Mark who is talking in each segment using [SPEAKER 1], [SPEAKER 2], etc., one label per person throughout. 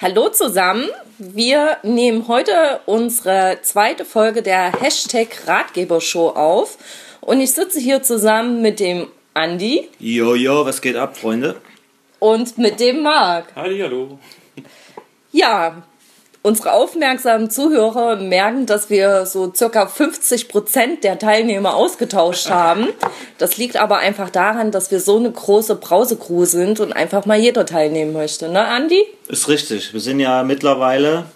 [SPEAKER 1] Hallo zusammen. Wir nehmen heute unsere zweite Folge der Hashtag Ratgebershow auf. Und ich sitze hier zusammen mit dem Andi
[SPEAKER 2] Jojo, was geht ab, Freunde?
[SPEAKER 1] und mit dem Marc.
[SPEAKER 3] Hallo.
[SPEAKER 1] Ja, unsere aufmerksamen Zuhörer merken, dass wir so circa 50 Prozent der Teilnehmer ausgetauscht haben. Das liegt aber einfach daran, dass wir so eine große Brause-Crew sind und einfach mal jeder teilnehmen möchte. Ne, Andi?
[SPEAKER 2] Ist richtig. Wir sind ja mittlerweile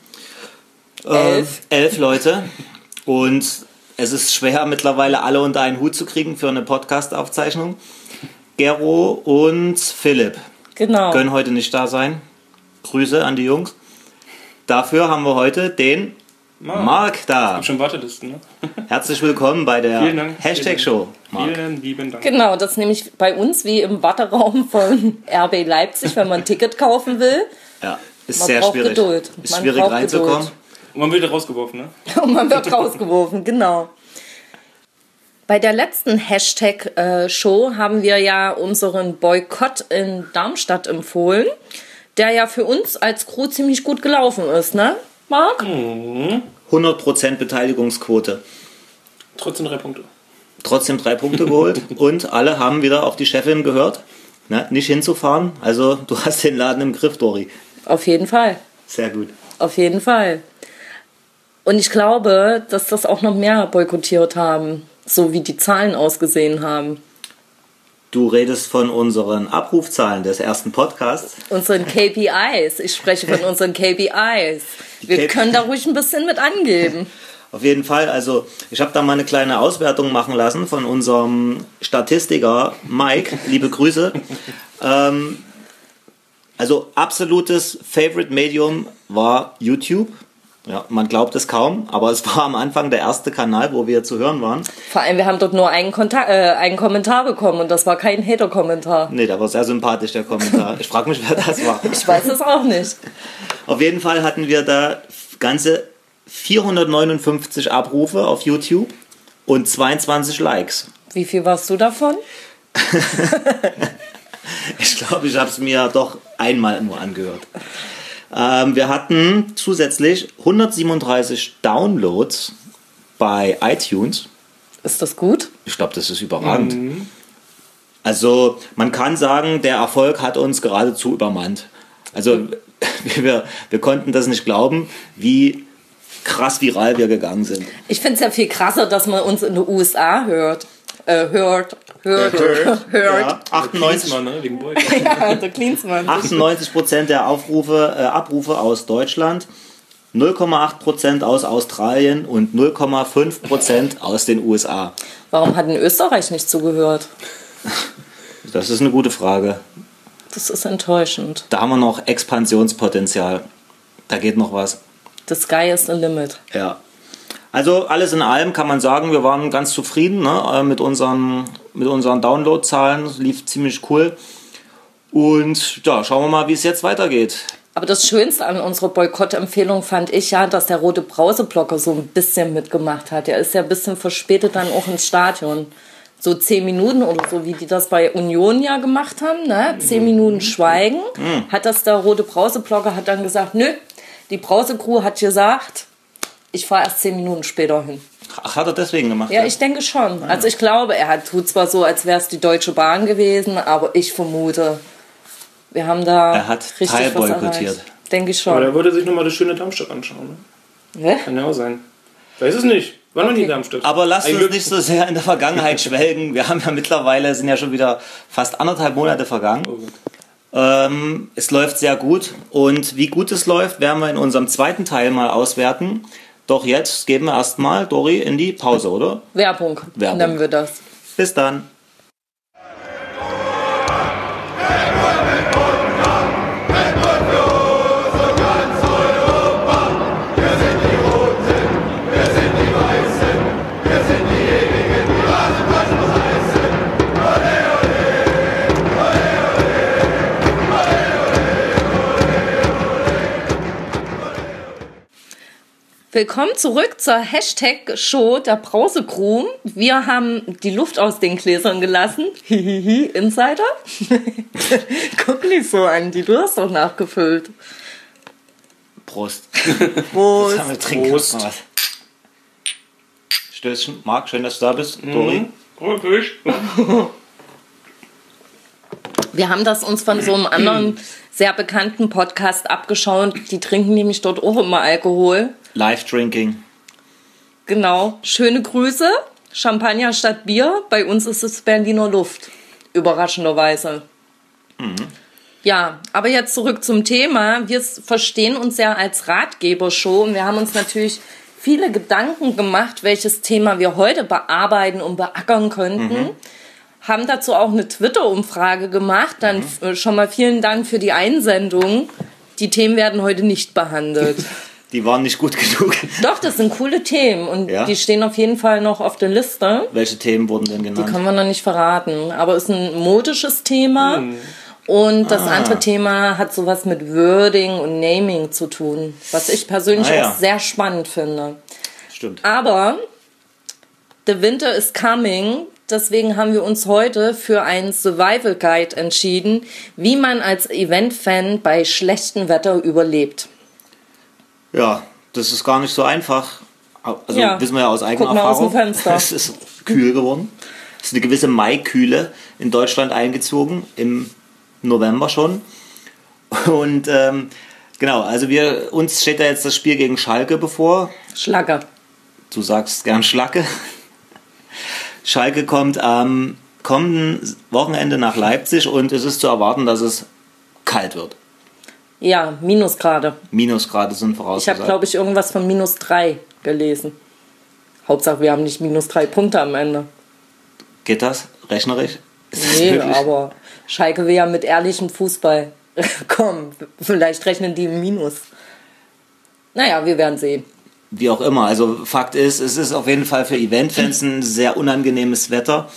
[SPEAKER 2] äh,
[SPEAKER 1] Elf.
[SPEAKER 2] elf Leute und es ist schwer, mittlerweile alle unter einen Hut zu kriegen für eine Podcast-Aufzeichnung. Gero und Philipp
[SPEAKER 1] Genau.
[SPEAKER 2] können heute nicht da sein. Grüße an die Jungs. Dafür haben wir heute den
[SPEAKER 3] Marc.
[SPEAKER 2] Marc da.
[SPEAKER 3] Hab schon Wartelisten, ne?
[SPEAKER 2] Herzlich willkommen bei der
[SPEAKER 3] Vielen Dank.
[SPEAKER 2] Hashtag-Show. Marc.
[SPEAKER 3] Vielen lieben Dank.
[SPEAKER 1] Genau, das ist nämlich bei uns wie im Warteraum von RB Leipzig, wenn man ein Ticket kaufen will.
[SPEAKER 2] Ja, ist
[SPEAKER 1] Man
[SPEAKER 2] sehr
[SPEAKER 1] braucht
[SPEAKER 2] schwierig.
[SPEAKER 1] Geduld.
[SPEAKER 2] Ist
[SPEAKER 1] Man
[SPEAKER 2] schwierig
[SPEAKER 1] braucht
[SPEAKER 2] reinzukommen.
[SPEAKER 1] Geduld.
[SPEAKER 3] Und man wird rausgeworfen, ne?
[SPEAKER 1] Und man wird rausgeworfen, genau. Bei der letzten Hashtag-Show haben wir ja unseren Boykott in Darmstadt empfohlen, der ja für uns als Crew ziemlich gut gelaufen ist, ne, Marc?
[SPEAKER 2] 100% Beteiligungsquote.
[SPEAKER 3] Trotzdem drei Punkte.
[SPEAKER 2] trotzdem drei Punkte geholt und alle haben wieder auf die Chefin gehört, ne, nicht hinzufahren. Also du hast den Laden im Griff, Dori.
[SPEAKER 1] Auf jeden Fall,
[SPEAKER 2] Sehr gut.
[SPEAKER 1] auf jeden Fall. Und ich glaube, dass das auch noch mehr boykottiert haben, so wie die Zahlen ausgesehen haben.
[SPEAKER 2] Du redest von unseren Abrufzahlen des ersten Podcasts.
[SPEAKER 1] Unseren KPIs. Ich spreche von unseren KPIs. Wir
[SPEAKER 2] K-
[SPEAKER 1] können da ruhig ein bisschen mit angeben.
[SPEAKER 2] Auf jeden Fall, also ich habe da mal eine kleine Auswertung machen lassen von unserem Statistiker Mike. Liebe Grüße. Ähm, also absolutes Favorite Medium war YouTube. Ja, man glaubt es kaum, aber es war am Anfang der erste Kanal, wo wir zu hören waren.
[SPEAKER 1] Vor allem, wir haben dort nur einen, Konta äh, einen Kommentar bekommen und das war kein Hater-Kommentar.
[SPEAKER 2] Nee, da war sehr sympathisch der Kommentar. Ich frage mich, wer das war.
[SPEAKER 1] Ich weiß es auch nicht.
[SPEAKER 2] Auf jeden Fall hatten wir da ganze 459 Abrufe auf YouTube und 22 Likes.
[SPEAKER 1] Wie viel warst du davon?
[SPEAKER 2] Ich glaube, ich habe es mir doch einmal nur angehört. Ähm, wir hatten zusätzlich 137 Downloads bei iTunes.
[SPEAKER 1] Ist das gut?
[SPEAKER 2] Ich glaube, das ist überragend. Mhm. Also, man kann sagen, der Erfolg hat uns geradezu übermannt. Also, wir, wir konnten das nicht glauben, wie krass viral wir gegangen sind.
[SPEAKER 1] Ich finde es ja viel krasser, dass man uns in den USA hört. Äh, hört, hört, Äh, hört.
[SPEAKER 2] Ja,
[SPEAKER 3] Weiß
[SPEAKER 2] 98,
[SPEAKER 3] man, ne? Wegen Boy.
[SPEAKER 1] Ja, der Klinsmann.
[SPEAKER 2] 98 Prozent der Aufrufe, äh, Abrufe aus Deutschland, 0,8 Prozent aus Australien und 0,5 Prozent aus den USA.
[SPEAKER 1] Warum hat in Österreich nicht zugehört?
[SPEAKER 2] Das ist eine gute Frage.
[SPEAKER 1] Das ist enttäuschend.
[SPEAKER 2] Da haben wir noch Expansionspotenzial. Da geht noch was.
[SPEAKER 1] The sky is the limit.
[SPEAKER 2] Ja. Also alles in allem kann man sagen, wir waren ganz zufrieden ne? äh, mit unseren, mit unseren Downloadzahlen. Es Lief ziemlich cool. Und ja, schauen wir mal, wie es jetzt weitergeht.
[SPEAKER 1] Aber das Schönste an unserer Boykottempfehlung fand ich ja, dass der rote Brauseblocker so ein bisschen mitgemacht hat. Er ist ja ein bisschen verspätet dann auch ins Stadion. So zehn Minuten oder so, wie die das bei Union ja gemacht haben, ne? Zehn Minuten Schweigen. Hat das der rote Brauseblocker hat dann gesagt, nö, die Brausecrew hat gesagt, ich fahre erst zehn Minuten später hin.
[SPEAKER 2] Ach, hat er deswegen gemacht?
[SPEAKER 1] Ja, ich denke schon. Also ich glaube, er hat, tut zwar so, als wäre es die Deutsche Bahn gewesen, aber ich vermute, wir haben da
[SPEAKER 2] Er hat teilboykottiert.
[SPEAKER 1] erreicht. Denke ich
[SPEAKER 3] Aber
[SPEAKER 1] schon.
[SPEAKER 3] der wollte sich nochmal das schöne Darmstadt anschauen, ne?
[SPEAKER 1] Hä?
[SPEAKER 3] Kann ja auch sein. Weiß es nicht. War noch nie in Darmstadt.
[SPEAKER 2] Aber lasst
[SPEAKER 3] Ein
[SPEAKER 2] uns
[SPEAKER 3] Glück.
[SPEAKER 2] nicht so sehr in der Vergangenheit schwelgen. Wir haben ja mittlerweile, sind ja schon wieder fast anderthalb Monate vergangen.
[SPEAKER 3] Oh Gott.
[SPEAKER 2] Ähm, es läuft sehr gut und wie gut es läuft, werden wir in unserem zweiten Teil mal auswerten. Doch jetzt gehen wir erstmal, Dori, in die Pause, oder?
[SPEAKER 1] Werbung,
[SPEAKER 2] Werbung.
[SPEAKER 1] nennen wir das.
[SPEAKER 2] Bis dann.
[SPEAKER 1] Willkommen zurück zur Hashtag-Show der Brausegrum. Wir haben die Luft aus den Gläsern gelassen. Hihihi, Insider. Guck nicht so an die, du hast doch nachgefüllt.
[SPEAKER 2] Prost. Prost. wir trinken
[SPEAKER 3] Prost.
[SPEAKER 2] Prost. Mal was. Stößchen. Marc, schön, dass du da bist.
[SPEAKER 1] Mhm.
[SPEAKER 2] Dori.
[SPEAKER 3] Rückweg.
[SPEAKER 1] Wir haben das uns von so einem anderen sehr bekannten Podcast abgeschaut. Die trinken nämlich dort auch immer Alkohol.
[SPEAKER 2] Live Drinking.
[SPEAKER 1] Genau. Schöne Grüße. Champagner statt Bier. Bei uns ist es Berliner Luft. Überraschenderweise. Ja, aber jetzt zurück zum Thema. Wir s- verstehen uns ja als Ratgebershow und wir haben uns natürlich viele Gedanken gemacht, welches Thema wir heute bearbeiten und beackern könnten. Haben dazu auch eine Twitter-Umfrage gemacht. Dann f- äh, schon mal vielen Dank für die Einsendung. Die Themen werden heute nicht behandelt.
[SPEAKER 2] Die waren nicht gut genug.
[SPEAKER 1] Doch, das sind coole Themen und
[SPEAKER 2] Ja?
[SPEAKER 1] die stehen auf jeden Fall noch auf der Liste.
[SPEAKER 2] Welche Themen wurden denn
[SPEAKER 1] Die
[SPEAKER 2] genannt?
[SPEAKER 1] können wir noch nicht verraten, aber ist ein modisches Thema
[SPEAKER 2] Hm.
[SPEAKER 1] und das
[SPEAKER 2] Ah.
[SPEAKER 1] andere Thema hat sowas mit Wording und Naming zu tun, was ich persönlich
[SPEAKER 2] Ah, ja.
[SPEAKER 1] auch sehr spannend finde.
[SPEAKER 2] Stimmt.
[SPEAKER 1] Aber The Winter is Coming. Deswegen haben wir uns heute für einen Survival Guide entschieden, wie man als Event-Fan bei schlechtem Wetter überlebt.
[SPEAKER 2] Ja, das ist gar nicht so einfach. Also
[SPEAKER 1] Ja.
[SPEAKER 2] wissen wir ja aus eigener
[SPEAKER 1] Guck mal aus dem
[SPEAKER 2] Erfahrung.
[SPEAKER 1] Fenster.
[SPEAKER 2] Es ist kühl geworden. Es ist eine gewisse Maikühle in Deutschland eingezogen, im November schon. Und ähm, genau, also wir uns steht da jetzt das Spiel gegen Schalke bevor.
[SPEAKER 1] Schlagger.
[SPEAKER 2] Du sagst gern Schlacke. Schalke kommt am kommenden Wochenende nach Leipzig und es ist zu erwarten, dass es kalt wird.
[SPEAKER 1] Ja, Minusgrade.
[SPEAKER 2] Minusgrade sind
[SPEAKER 1] Ich habe,
[SPEAKER 2] vorausgesagt.
[SPEAKER 1] glaube ich, irgendwas von minus drei gelesen. Hauptsache, wir haben nicht minus drei Punkte am Ende.
[SPEAKER 2] Geht das rechnerisch? Ist das
[SPEAKER 1] Nee,
[SPEAKER 2] möglich?
[SPEAKER 1] aber Schalke will ja mit ehrlichem Fußball kommen. Vielleicht rechnen die im Minus. Naja, wir werden sehen.
[SPEAKER 2] wie auch immer. Also Fakt ist, es ist auf jeden Fall für Eventfans ein sehr unangenehmes Wetter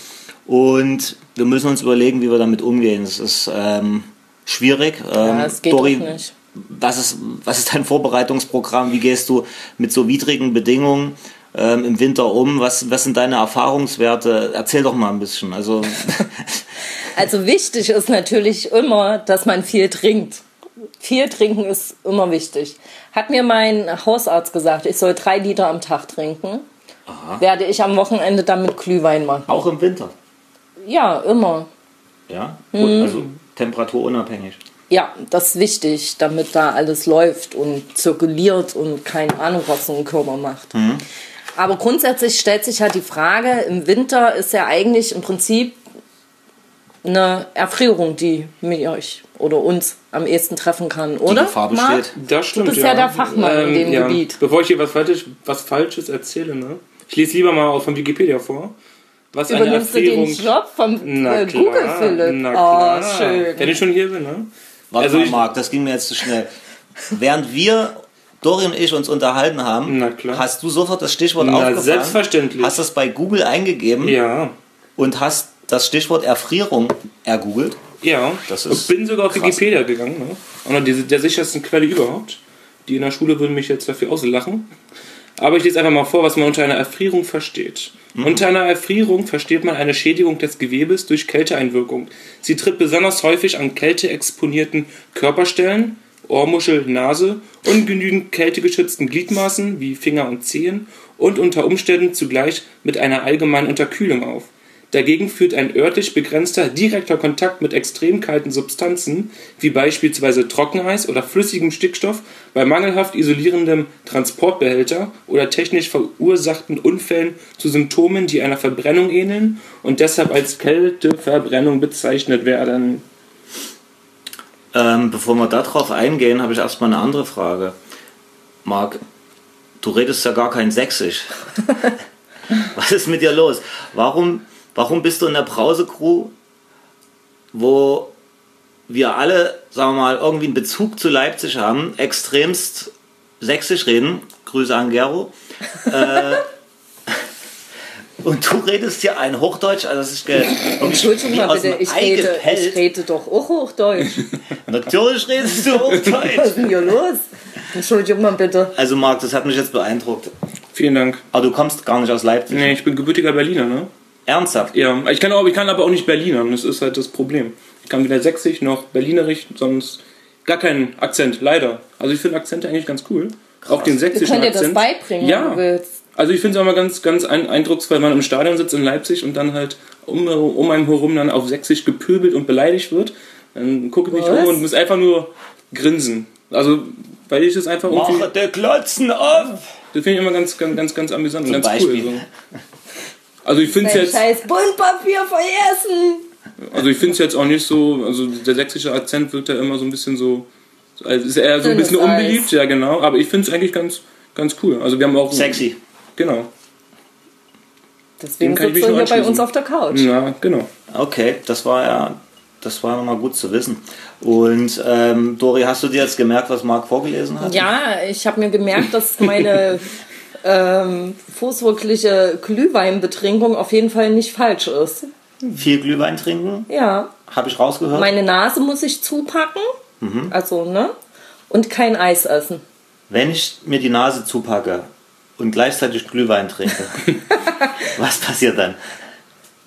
[SPEAKER 2] und wir müssen uns überlegen, wie wir damit umgehen. Es ist ähm, schwierig. Ähm,
[SPEAKER 1] Ja, es geht
[SPEAKER 2] Dori,
[SPEAKER 1] doch nicht.
[SPEAKER 2] Was ist, was ist dein Vorbereitungsprogramm? Wie gehst du mit so widrigen Bedingungen ähm, im Winter um? Was, was sind deine Erfahrungswerte? Erzähl doch mal ein bisschen. Also
[SPEAKER 1] Also wichtig ist natürlich immer, dass man viel trinkt. Viel trinken ist immer wichtig. Hat mir mein Hausarzt gesagt, ich soll drei Liter am Tag trinken. Werde ich am Wochenende dann mit Glühwein machen.
[SPEAKER 2] auch im Winter.
[SPEAKER 1] Ja, immer.
[SPEAKER 2] Ja?
[SPEAKER 1] Hm.
[SPEAKER 2] Und, also temperaturunabhängig.
[SPEAKER 1] Ja, das ist wichtig, damit da alles läuft und zirkuliert und keine Ahnung, was so ein Körper macht.
[SPEAKER 2] Mhm.
[SPEAKER 1] Aber grundsätzlich stellt sich halt die Frage, im Winter ist ja eigentlich im Prinzip eine Erfrierung, die mich euch oder uns am ehesten treffen kann, oder?
[SPEAKER 2] Die Farbe
[SPEAKER 1] Marc?
[SPEAKER 2] steht.
[SPEAKER 3] Das stimmt, Ähm,
[SPEAKER 1] bist ja der Fachmann in dem Gebiet.
[SPEAKER 3] Bevor ich hier was, Falsches- was Falsches erzähle, ne? Ich lese lieber mal von Wikipedia vor. Was eine
[SPEAKER 1] Übernimmst du den
[SPEAKER 3] Erfrierung...
[SPEAKER 1] Job vom
[SPEAKER 3] Na
[SPEAKER 1] äh,
[SPEAKER 3] klar,
[SPEAKER 1] Google Philipp?
[SPEAKER 3] na
[SPEAKER 1] oh,
[SPEAKER 3] klar.
[SPEAKER 1] schön.
[SPEAKER 3] Wenn ich schon hier bin, ne?
[SPEAKER 2] Warte
[SPEAKER 3] Also
[SPEAKER 2] mal,
[SPEAKER 3] ich-
[SPEAKER 2] Marc, das ging mir jetzt zu schnell. Während wir, Dori und ich, uns unterhalten haben,
[SPEAKER 3] Na klar.
[SPEAKER 2] hast du sofort das Stichwort
[SPEAKER 3] Na,
[SPEAKER 2] aufgefangen.
[SPEAKER 3] selbstverständlich.
[SPEAKER 2] Hast das bei Google eingegeben
[SPEAKER 3] Ja,
[SPEAKER 2] und hast das Stichwort Erfrierung ergoogelt.
[SPEAKER 3] ja.
[SPEAKER 2] Das ist
[SPEAKER 3] ich bin sogar auf
[SPEAKER 2] krass.
[SPEAKER 3] Wikipedia gegangen, ne? Und diese, der sichersten Quelle überhaupt. Die in der Schule würden mich jetzt dafür auslachen. Aber ich lese einfach mal vor, was man unter einer Erfrierung versteht.
[SPEAKER 2] Mhm.
[SPEAKER 3] Unter einer Erfrierung versteht man eine Schädigung des Gewebes durch Kälteeinwirkung. Sie tritt besonders häufig an kälteexponierten Körperstellen, Ohrmuschel, Nase, ungenügend kältegeschützten Gliedmaßen wie Finger und Zehen und unter Umständen zugleich mit einer allgemeinen Unterkühlung auf. Dagegen führt ein örtlich begrenzter direkter Kontakt mit extrem kalten Substanzen, wie beispielsweise Trockeneis oder flüssigem Stickstoff, bei mangelhaft isolierendem Transportbehälter oder technisch verursachten Unfällen zu Symptomen, die einer Verbrennung ähneln und deshalb als Kälteverbrennung bezeichnet werden.
[SPEAKER 2] Ähm, bevor wir darauf eingehen, habe ich erstmal eine andere Frage. Marc, du redest ja gar kein Sächsisch. Was ist mit dir los? Warum, warum bist du in der Brause-Crew, wo wir alle, sagen wir mal, irgendwie einen Bezug zu Leipzig haben, extremst sächsisch reden? Grüße an Gero. Äh, und du redest hier ein Hochdeutsch, also das ist ge-
[SPEAKER 1] Entschuldigung mal
[SPEAKER 2] aus dem
[SPEAKER 1] bitte, ich
[SPEAKER 2] Ei
[SPEAKER 1] rede,
[SPEAKER 2] gepellt.
[SPEAKER 1] ich rede doch auch Hochdeutsch.
[SPEAKER 2] Natürlich redest du Hochdeutsch.
[SPEAKER 1] Was ist denn hier los? Entschuldigung mal bitte.
[SPEAKER 2] Also Marc, das hat mich jetzt beeindruckt.
[SPEAKER 3] Vielen Dank.
[SPEAKER 2] Aber du kommst gar nicht aus Leipzig.
[SPEAKER 3] Nee, ich bin gebürtiger Berliner, ne?
[SPEAKER 2] Ernsthaft?
[SPEAKER 3] Ja, ich kann, auch, ich kann aber auch nicht Berlinern, das ist halt das Problem. Ich kann weder sächsisch noch berlinerisch, sonst Gar keinen Akzent, leider. Also ich finde Akzente eigentlich ganz cool. Auch den
[SPEAKER 1] Wir
[SPEAKER 3] sächsischen
[SPEAKER 1] können dir das
[SPEAKER 3] Akzent.
[SPEAKER 1] beibringen, wenn du
[SPEAKER 3] ja.
[SPEAKER 1] willst.
[SPEAKER 3] Also ich finde es auch mal ganz, ganz ein- eindrucksvoll, wenn man im Stadion sitzt in Leipzig und dann halt um, um einen herum dann auf sächsisch gepöbelt und beleidigt wird. Dann gucke ich mich
[SPEAKER 1] Was?
[SPEAKER 3] um und muss einfach nur grinsen. Also weil ich das einfach irgendwie...
[SPEAKER 2] Mache der Klotzen auf!
[SPEAKER 3] Das finde ich immer ganz, ganz, ganz, ganz amüsant und ganz
[SPEAKER 2] Beispiel.
[SPEAKER 3] cool. So. Also ich finde es
[SPEAKER 1] Dein
[SPEAKER 3] jetzt...
[SPEAKER 1] scheiß Buntpapier vergessen.
[SPEAKER 3] Also ich finde es jetzt auch nicht so, also der sächsische Akzent wird da immer so ein bisschen so, also ist eher so ein
[SPEAKER 1] Dünnes
[SPEAKER 3] bisschen unbeliebt,
[SPEAKER 1] Eis.
[SPEAKER 3] ja genau, aber ich finde es eigentlich ganz, ganz cool. Also wir haben auch...
[SPEAKER 2] Sexy.
[SPEAKER 3] Genau. Dem
[SPEAKER 1] Deswegen
[SPEAKER 3] kann ich
[SPEAKER 1] sitzt du
[SPEAKER 3] mich nur
[SPEAKER 1] hier bei
[SPEAKER 3] anschließen.
[SPEAKER 1] uns auf der Couch.
[SPEAKER 3] Ja, genau.
[SPEAKER 2] Okay, das war ja. Das war nochmal gut zu wissen. Und ähm, Dori, hast du dir jetzt gemerkt, was Marc vorgelesen hat?
[SPEAKER 1] Ja, ich habe mir gemerkt, dass meine ähm, vorsorgliche Glühweinbetrinkung auf jeden Fall nicht falsch ist.
[SPEAKER 2] Viel Glühwein trinken,
[SPEAKER 1] Ja,
[SPEAKER 2] habe ich rausgehört.
[SPEAKER 1] meine Nase muss ich zupacken.
[SPEAKER 3] Mhm.
[SPEAKER 1] Also, ne? Und kein Eis essen.
[SPEAKER 2] Wenn ich mir die Nase zupacke und gleichzeitig Glühwein trinke, was passiert dann?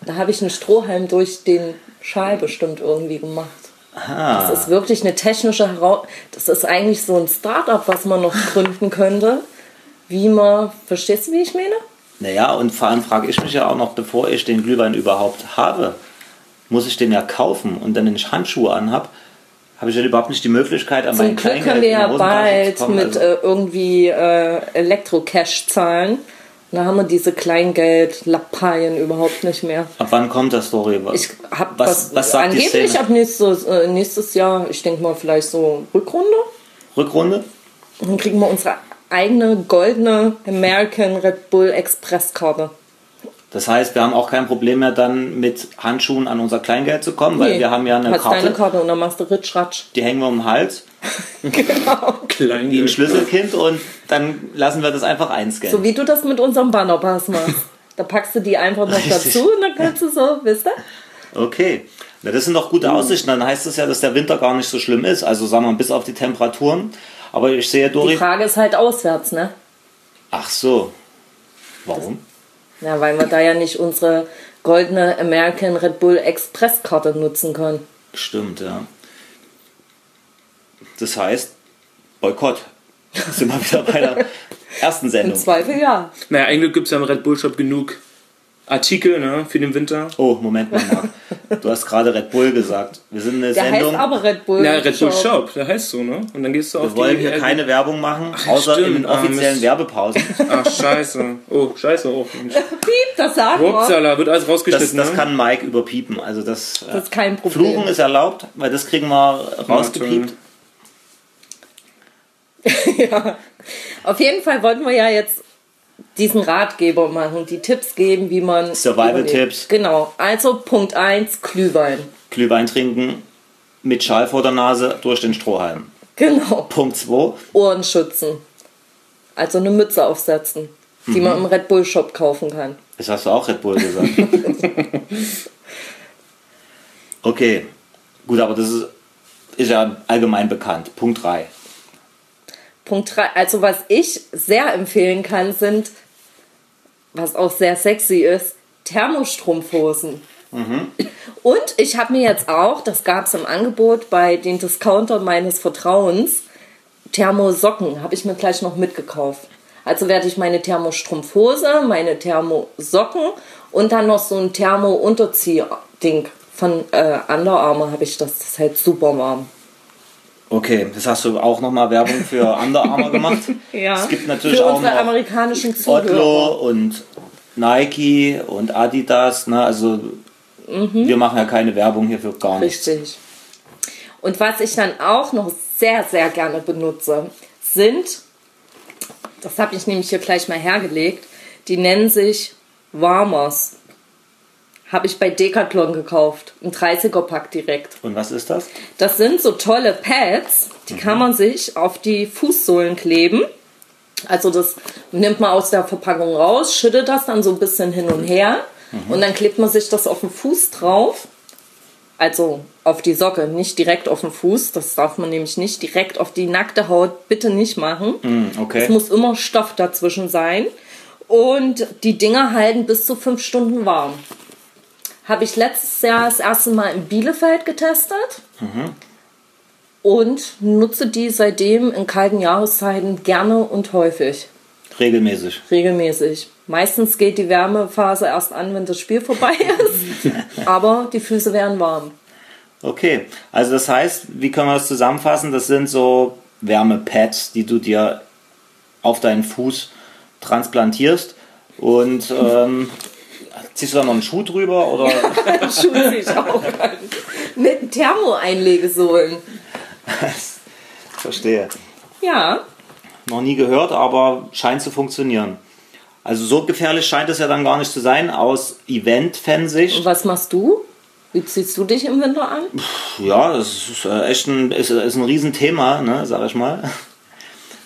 [SPEAKER 1] Da habe ich einen Strohhalm durch den Schal bestimmt irgendwie gemacht.
[SPEAKER 2] Ah,
[SPEAKER 1] Das ist wirklich eine technische Herausforderung. Das ist eigentlich so ein Startup, was man noch gründen könnte. Wie man, verstehst du, wie ich meine?
[SPEAKER 2] naja, und vor allem frage ich mich ja auch noch, bevor ich den Glühwein überhaupt habe, muss ich den ja kaufen und dann, wenn ich Handschuhe anhab, habe ich ja überhaupt nicht die Möglichkeit, an
[SPEAKER 1] Zum
[SPEAKER 2] meinen
[SPEAKER 1] Glück
[SPEAKER 2] Kleingeld
[SPEAKER 1] können wir
[SPEAKER 2] in die
[SPEAKER 1] ja
[SPEAKER 2] Hosentasche zu
[SPEAKER 1] bald
[SPEAKER 2] kommen.
[SPEAKER 1] mit
[SPEAKER 2] also,
[SPEAKER 1] äh, irgendwie äh, Elektro-Cash zahlen. Da haben wir diese Kleingeld-Lappaien überhaupt nicht mehr.
[SPEAKER 2] ab wann kommt das Story? Was,
[SPEAKER 1] Ich habe
[SPEAKER 2] was,
[SPEAKER 1] was,
[SPEAKER 2] was sagt die
[SPEAKER 1] angeblich
[SPEAKER 2] Szene?
[SPEAKER 1] ab nächstes, äh, nächstes Jahr, ich denke mal vielleicht so Rückrunde.
[SPEAKER 2] Rückrunde?
[SPEAKER 1] Dann kriegen wir unsere eigene goldene American Red Bull Express-Karte.
[SPEAKER 2] Das heißt, wir haben auch kein Problem mehr dann mit Handschuhen an unser Kleingeld zu kommen, weil
[SPEAKER 1] Nee,
[SPEAKER 2] wir haben ja eine
[SPEAKER 1] hast deine
[SPEAKER 2] Karte,
[SPEAKER 1] Karte und dann machst du Ritsch-Ratsch.
[SPEAKER 2] die hängen wir um den Hals
[SPEAKER 3] Klein.
[SPEAKER 2] wie ein Schlüsselkind und dann lassen wir das einfach einscannen.
[SPEAKER 1] So wie du das mit unserem Bannerpass machst. Da packst du die einfach noch
[SPEAKER 2] Richtig.
[SPEAKER 1] dazu und dann kannst du so, wisst ihr?
[SPEAKER 2] Okay. Na, das sind doch
[SPEAKER 1] Mhm.
[SPEAKER 2] gute Aussichten. Dann heißt es ja, dass der Winter gar nicht so schlimm ist. Also sagen wir mal, bis auf die Temperaturen. Aber ich sehe,
[SPEAKER 1] Die
[SPEAKER 2] Dori.
[SPEAKER 1] Frage ist halt auswärts, ne?
[SPEAKER 2] Ach so. Warum?
[SPEAKER 1] Ja, weil wir da ja nicht unsere goldene American Red Bull Express Karte nutzen können.
[SPEAKER 2] Stimmt, ja. Das heißt, Boykott. Sind wir wieder bei der ersten
[SPEAKER 1] Im
[SPEAKER 2] Sendung.
[SPEAKER 1] Zweifel ja.
[SPEAKER 3] Naja, eigentlich gibt es ja im Red Bull Shop genug Artikel ne, für den Winter.
[SPEAKER 2] Oh, Moment mal, Marc. Du hast gerade Red Bull gesagt. Wir sind eine
[SPEAKER 1] Der
[SPEAKER 2] Sendung.
[SPEAKER 1] heißt aber Red Bull.
[SPEAKER 3] Na, Red Bull
[SPEAKER 1] Shop.
[SPEAKER 3] Shop, der heißt so, ne? Und dann gehst du auf
[SPEAKER 2] wir wollen
[SPEAKER 3] die...
[SPEAKER 2] hier
[SPEAKER 3] äh,
[SPEAKER 2] keine Werbung machen, außer in den
[SPEAKER 3] stimmt. Ah,
[SPEAKER 1] Ähm,
[SPEAKER 2] offiziellen
[SPEAKER 3] Mist.
[SPEAKER 2] Werbepausen.
[SPEAKER 3] Ach, scheiße. Oh, scheiße auch.
[SPEAKER 1] Piep, das sagen wir.
[SPEAKER 3] Upsala, wird alles
[SPEAKER 2] Das,
[SPEAKER 3] rausgeschnitten,
[SPEAKER 2] das
[SPEAKER 3] ne?
[SPEAKER 2] kann Mike überpiepen. Also das,
[SPEAKER 1] Das ist kein Problem.
[SPEAKER 2] Fluchen ist erlaubt, weil das kriegen wir rausgepiept.
[SPEAKER 1] Auf jeden Fall wollten wir ja jetzt diesen Ratgeber machen, die Tipps geben, wie man.
[SPEAKER 2] Survival-Tipps.
[SPEAKER 1] überlebt. Genau. Also Punkt 1, Glühwein.
[SPEAKER 2] Glühwein trinken mit Schal vor der Nase durch den Strohhalm.
[SPEAKER 1] Genau.
[SPEAKER 2] Punkt 2.
[SPEAKER 1] Ohren schützen. Also eine Mütze aufsetzen, die man im Red Bull Shop kaufen kann.
[SPEAKER 2] Das hast du auch Red Bull gesagt. okay. Gut, aber das ist, ist ja allgemein bekannt. Punkt 3.
[SPEAKER 1] Punkt 3, also was ich sehr empfehlen kann, sind, was auch sehr sexy ist, Thermostrumpfhosen. Und ich habe mir jetzt auch, das gab es im Angebot bei den Discountern meines Vertrauens, Thermosocken habe ich mir gleich noch mitgekauft. Also werde ich meine Thermostrumpfhose, meine Thermosocken und dann noch so ein Thermo-Unterzieh-Ding von äh, Under Armour habe ich das. Das hält super warm.
[SPEAKER 2] Okay, das hast du auch nochmal Werbung für Under Armour gemacht.
[SPEAKER 1] Ja.
[SPEAKER 2] Es gibt natürlich
[SPEAKER 1] Für
[SPEAKER 2] auch
[SPEAKER 1] unsere
[SPEAKER 2] noch
[SPEAKER 1] amerikanischen Zuhörer.
[SPEAKER 2] Otlo und Nike und Adidas. Ne? Also wir machen ja keine Werbung hier für gar nichts.
[SPEAKER 1] Richtig. Und was ich dann auch noch sehr, sehr gerne benutze, sind, das habe ich nämlich hier gleich mal hergelegt, die nennen sich Warmers. Habe ich bei Decathlon gekauft. Ein 30er-Pack direkt.
[SPEAKER 2] Und was ist das?
[SPEAKER 1] Das sind so tolle Pads, die kann man sich auf die Fußsohlen kleben. Also das nimmt man aus der Verpackung raus, schüttet das dann so ein bisschen hin und her und dann klebt man sich das auf den Fuß drauf. Also auf die Socke, nicht direkt auf den Fuß. Das darf man nämlich nicht direkt auf die nackte Haut bitte nicht machen. Es
[SPEAKER 2] Okay.
[SPEAKER 1] muss immer Stoff dazwischen sein. Und die Dinger halten bis zu fünf Stunden warm. Habe ich letztes Jahr das erste Mal in Bielefeld getestet. und nutze die seitdem in kalten Jahreszeiten gerne und häufig,
[SPEAKER 2] Regelmäßig.
[SPEAKER 1] regelmäßig. Meistens geht die Wärmephase erst an, wenn das Spiel vorbei ist, aber die Füße werden warm.
[SPEAKER 2] Okay, also das heißt, wie können wir das zusammenfassen? Das sind so Wärmepads, die du dir auf deinen Fuß transplantierst und ähm, ziehst du da noch einen Schuh drüber oder
[SPEAKER 1] Schuhe sich auch an. Mit Thermo-Einlegesohlen.
[SPEAKER 2] verstehe.
[SPEAKER 1] Ja,
[SPEAKER 2] Noch nie gehört, aber scheint zu funktionieren. Also so gefährlich scheint es ja dann gar nicht zu sein aus Event-Fansicht.
[SPEAKER 1] und was machst du? Wie ziehst du dich im Winter an?
[SPEAKER 2] Ja, das ist äh, echt ein, ist, ist ein Riesenthema, ne, sag ich mal.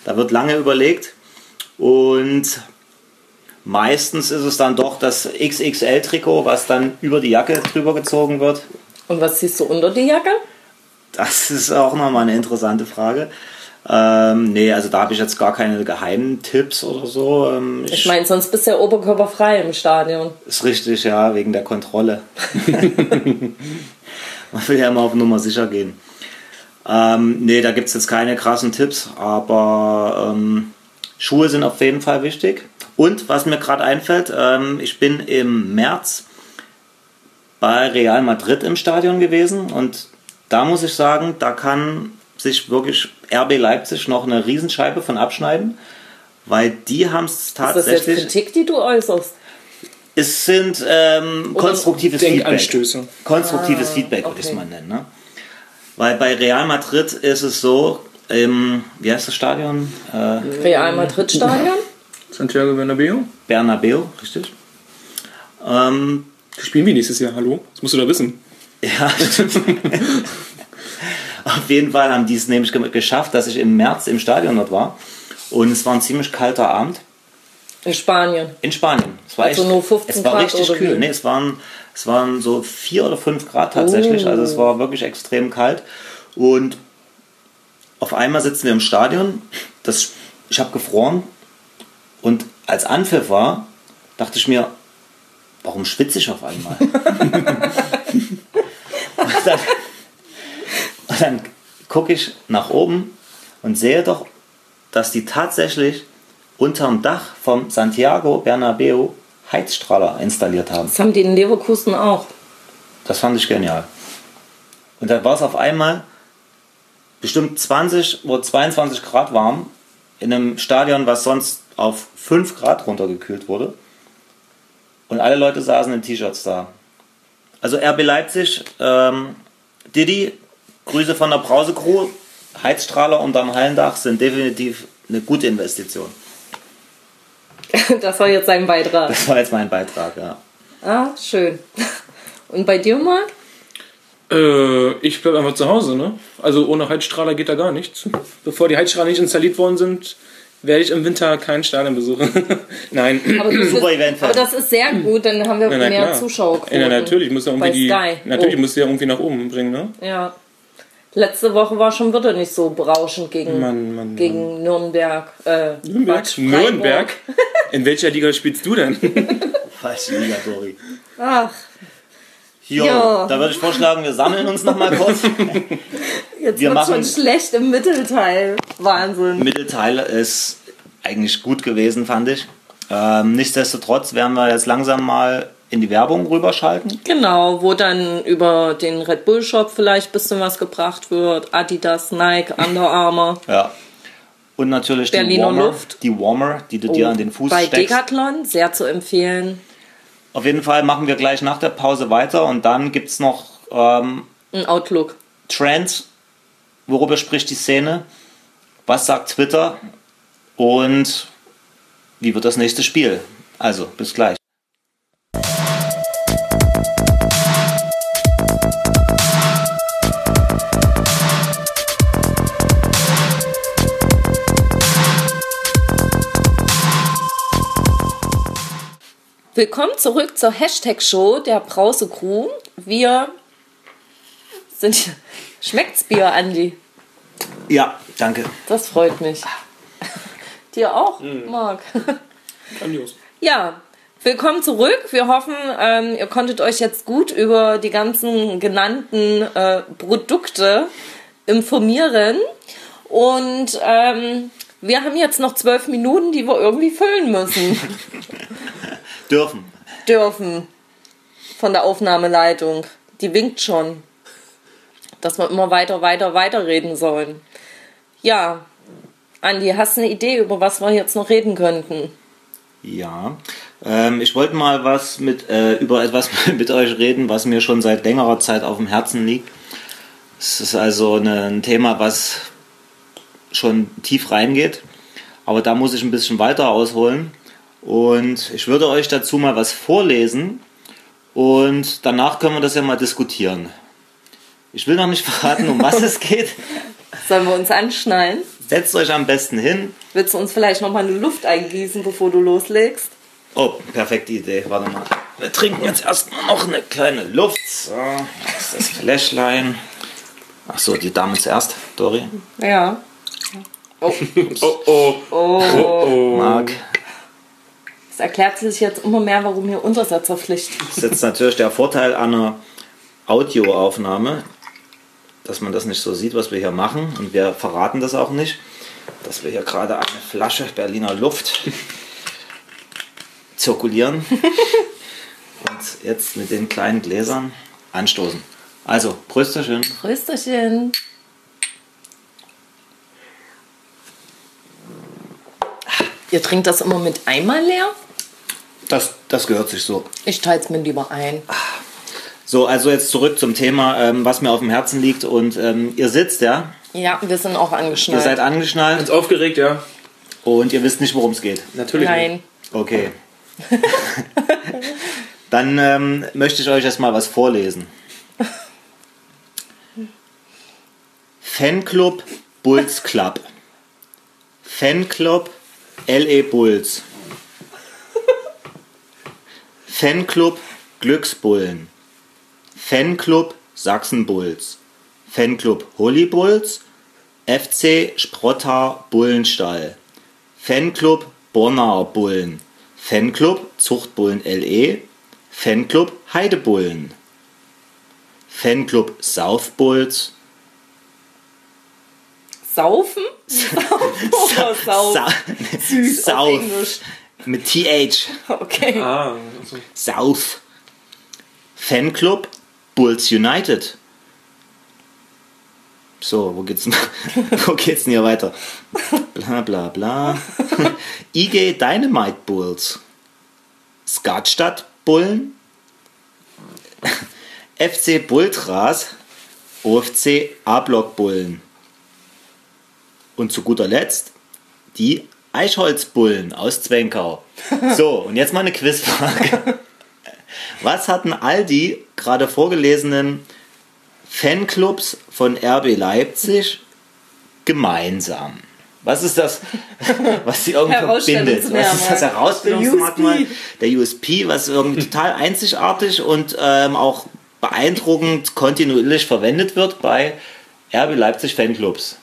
[SPEAKER 2] Da wird lange überlegt und meistens ist es dann doch das XXL-Trikot, was dann über die Jacke drüber gezogen wird.
[SPEAKER 1] Und was ziehst du unter die Jacke?
[SPEAKER 2] Das ist auch nochmal eine interessante Frage. Ähm, nee, also da habe ich jetzt gar keine geheimen Tipps oder so. Ähm,
[SPEAKER 1] Ich meine, sonst bist du ja oberkörperfrei im Stadion.
[SPEAKER 2] Ist richtig, ja, wegen der Kontrolle. Man will ja immer auf Nummer sicher gehen. Ähm, nee, da gibt es jetzt keine krassen Tipps, aber ähm, Schuhe sind auf jeden Fall wichtig. Und was mir gerade einfällt, ähm, ich bin im März bei Real Madrid im Stadion gewesen und da muss ich sagen, da kann sich wirklich RB Leipzig noch eine Riesenscheibe von abschneiden, weil die haben es
[SPEAKER 1] Ist das jetzt
[SPEAKER 2] tatsächlich.
[SPEAKER 1] Kritik, die du äußerst?
[SPEAKER 2] Es sind ähm, konstruktives
[SPEAKER 3] Denkanstöße.
[SPEAKER 2] Feedback. Konstruktives Feedback würde ich es
[SPEAKER 1] Ah, okay.
[SPEAKER 2] mal nennen. Ne? Weil bei Real Madrid ist es so, im, wie heißt das Stadion? Äh,
[SPEAKER 1] Real Madrid-Stadion?
[SPEAKER 3] Santiago Bernabeu?
[SPEAKER 2] Bernabeu, richtig? Ähm,
[SPEAKER 3] Die spielen wir nächstes Jahr, hallo? Das musst du da wissen.
[SPEAKER 2] ja, stimmt. Auf jeden Fall haben die es nämlich ge- geschafft, dass ich im März im Stadion dort war. Und es war ein ziemlich kalter Abend.
[SPEAKER 1] In Spanien.
[SPEAKER 2] In Spanien. Es war
[SPEAKER 1] Also
[SPEAKER 2] echt,
[SPEAKER 1] nur 15
[SPEAKER 2] es war
[SPEAKER 1] Grad
[SPEAKER 2] richtig
[SPEAKER 1] oder
[SPEAKER 2] kühl.
[SPEAKER 1] wie?
[SPEAKER 2] Nee, es waren, es waren so 4 oder 5 Grad tatsächlich. Also es war wirklich extrem kalt. Und auf einmal sitzen wir im Stadion. Das, ich habe gefroren. Und als Anpfiff war, dachte ich mir, warum schwitze ich auf einmal? und dann, und dann gucke ich nach oben und sehe doch, dass die tatsächlich unterm Dach vom Santiago Bernabeu Heizstrahler installiert haben.
[SPEAKER 1] Das haben die in Leverkusen auch.
[SPEAKER 2] Das fand ich genial. Und dann war es auf einmal bestimmt 20 oder 22 Grad warm in einem Stadion, was sonst auf 5 Grad runtergekühlt wurde. Und alle Leute saßen in T-Shirts da. Also RB Leipzig, ähm, Didi, Grüße von der Brause Crew. Heizstrahler unterm Hallendach sind definitiv eine gute Investition.
[SPEAKER 1] Das war jetzt sein Beitrag.
[SPEAKER 2] Das war jetzt mein Beitrag, ja.
[SPEAKER 1] Ah, schön. Und bei dir, Marc?
[SPEAKER 3] Äh, ich bleib einfach zu Hause, ne? Also ohne Heizstrahler geht da gar nichts. Bevor die Heizstrahler nicht installiert worden sind, werde ich im Winter keinen Stadion besuchen. Nein.
[SPEAKER 1] Aber das,
[SPEAKER 2] Super
[SPEAKER 1] ist,
[SPEAKER 2] Event-Fan.
[SPEAKER 1] aber das ist sehr gut, dann haben wir
[SPEAKER 3] na
[SPEAKER 1] mehr
[SPEAKER 3] klar.
[SPEAKER 1] Zuschauerquoten.
[SPEAKER 3] Ja, natürlich, muss ja irgendwie
[SPEAKER 1] bei
[SPEAKER 3] die,
[SPEAKER 1] Sky.
[SPEAKER 3] natürlich
[SPEAKER 1] Oh.
[SPEAKER 3] muss ja irgendwie nach oben bringen, ne?
[SPEAKER 1] Ja. Letzte Woche war schon wieder nicht so berauschend gegen,
[SPEAKER 3] Mann, Mann,
[SPEAKER 1] gegen Nürnberg. Äh, Quatsch, Freiburg.
[SPEAKER 3] Nürnberg. In welcher Liga spielst du denn?
[SPEAKER 2] Falsche Liga, sorry.
[SPEAKER 1] Ach,
[SPEAKER 2] Jo,
[SPEAKER 1] Jo.
[SPEAKER 2] da würde ich vorschlagen, wir sammeln uns nochmal kurz.
[SPEAKER 1] jetzt
[SPEAKER 2] Wir
[SPEAKER 1] wird schon
[SPEAKER 2] machen-
[SPEAKER 1] schlecht im Mittelteil. Wahnsinn.
[SPEAKER 2] Mittelteil ist eigentlich gut gewesen, fand ich. Ähm, nichtsdestotrotz werden wir jetzt langsam mal in die Werbung rüberschalten.
[SPEAKER 1] Genau, wo dann über den Red Bull Shop vielleicht ein bisschen was gebracht wird. Adidas, Nike, Under Armour.
[SPEAKER 2] Ja. Und natürlich die
[SPEAKER 1] Berliner
[SPEAKER 2] Warmer,
[SPEAKER 1] Luft. Oh,
[SPEAKER 2] die Warmer, die du dir an den Fuß
[SPEAKER 1] Bei
[SPEAKER 2] steckst.
[SPEAKER 1] Decathlon, sehr zu empfehlen.
[SPEAKER 2] Auf jeden Fall machen wir gleich nach der Pause weiter und dann gibt es noch ähm,
[SPEAKER 1] Ein Outlook.
[SPEAKER 2] Trends, worüber spricht die Szene, was sagt Twitter und wie wird das nächste Spiel. Also, bis gleich.
[SPEAKER 1] Willkommen zurück zur Hashtag-Show der Brause Crew. Wir sind. Schmeckt's Bier, Andi?
[SPEAKER 2] Ja, danke.
[SPEAKER 1] Das freut mich. Dir auch, Marc.
[SPEAKER 3] Grandios.
[SPEAKER 1] Ja, willkommen zurück. Wir hoffen, ähm, ihr konntet euch jetzt gut über die ganzen genannten äh, Produkte informieren. Und ähm, wir haben jetzt noch zwölf Minuten, die wir irgendwie füllen müssen
[SPEAKER 2] Dürfen.
[SPEAKER 1] dürfen von der Aufnahmeleitung. Die winkt schon, dass wir immer weiter, weiter, weiter reden sollen. Ja, Andi, hast du eine Idee, über was wir jetzt noch reden könnten?
[SPEAKER 2] Ja. Ähm, ich wollte mal was mit, äh, über etwas mit euch reden, was mir schon seit längerer Zeit auf dem Herzen liegt. Es ist also eine, ein Thema, was schon tief reingeht. Aber da muss ich ein bisschen weiter ausholen. Und ich würde euch dazu mal was vorlesen. Und danach können wir das ja mal diskutieren. Ich will noch nicht verraten, um was es geht.
[SPEAKER 1] Sollen wir uns anschnallen?
[SPEAKER 2] Setzt euch am besten hin.
[SPEAKER 1] Willst du uns vielleicht nochmal eine Luft eingießen, bevor du loslegst?
[SPEAKER 2] Oh, perfekte Idee. Warte mal. Wir trinken jetzt erstmal noch eine kleine Luft. So, das ist das Fläschlein. Achso, die Dame zuerst. Dori,
[SPEAKER 1] Ja. Oh,
[SPEAKER 3] Oh oh.
[SPEAKER 1] oh.
[SPEAKER 2] Marc.
[SPEAKER 1] Es erklärt sich jetzt immer mehr, warum hier Untersetzerpflicht
[SPEAKER 2] Das ist jetzt natürlich der Vorteil einer Audioaufnahme, dass man das nicht so sieht, was wir hier machen. Und wir verraten das auch nicht, dass wir hier gerade eine Flasche Berliner Luft zirkulieren und jetzt mit den kleinen Gläsern anstoßen. Also, Prösterchen.
[SPEAKER 1] Rösterchen. Ihr trinkt das immer mit Eimer leer?
[SPEAKER 2] Das, das gehört sich so.
[SPEAKER 1] Ich teile es mir lieber ein.
[SPEAKER 2] So, also jetzt zurück zum Thema, ähm, was mir auf dem Herzen liegt. Und ähm, ihr sitzt, ja?
[SPEAKER 1] Ja, wir sind auch
[SPEAKER 2] Ihr
[SPEAKER 1] angeschnallt.
[SPEAKER 2] seid angeschnallt
[SPEAKER 3] Ganz aufgeregt, ja.
[SPEAKER 2] und ihr wisst nicht, worum es geht.
[SPEAKER 3] Natürlich.
[SPEAKER 1] Nein.
[SPEAKER 2] Okay. Dann ähm, möchte ich euch erstmal was vorlesen. Fanclub Bulls Club. Fanclub LE Bulls. Fanclub Glücksbullen. Fanclub Sachsen Bulls. Fanclub Holy Bulls. FC Sprotter Bullenstall. Fanclub Bonner Bullen, Fanclub Zuchtbullen LE, Fanclub Heidebullen, Fanclub South Bulls,
[SPEAKER 1] Saufen? Saufen. Saufen.
[SPEAKER 2] Sa
[SPEAKER 1] Süß auf
[SPEAKER 2] South
[SPEAKER 1] Englisch.
[SPEAKER 2] mit TH,
[SPEAKER 1] Okay.
[SPEAKER 3] Ah, also.
[SPEAKER 2] South, Fanclub Bulls United. So, wo geht's, denn- wo geht's denn hier weiter? Bla bla bla. IG Dynamite Bulls. Skatstadt Bullen. FC Bultras. OFC A-Block Bullen. Und zu guter Letzt die Eichholzbullen aus Zwenkau. So, und jetzt mal eine Quizfrage. Was hatten all die gerade vorgelesenen Fanclubs von RB Leipzig gemeinsam? Was ist das, was sie irgendwie verbindet? Was ist das
[SPEAKER 1] Herausstellungsmerkmal.
[SPEAKER 2] Herausbildungsmerkmal?
[SPEAKER 1] USP.
[SPEAKER 2] Der USP, was irgendwie total einzigartig und ähm, auch beeindruckend kontinuierlich verwendet wird bei RB Leipzig Fanclubs.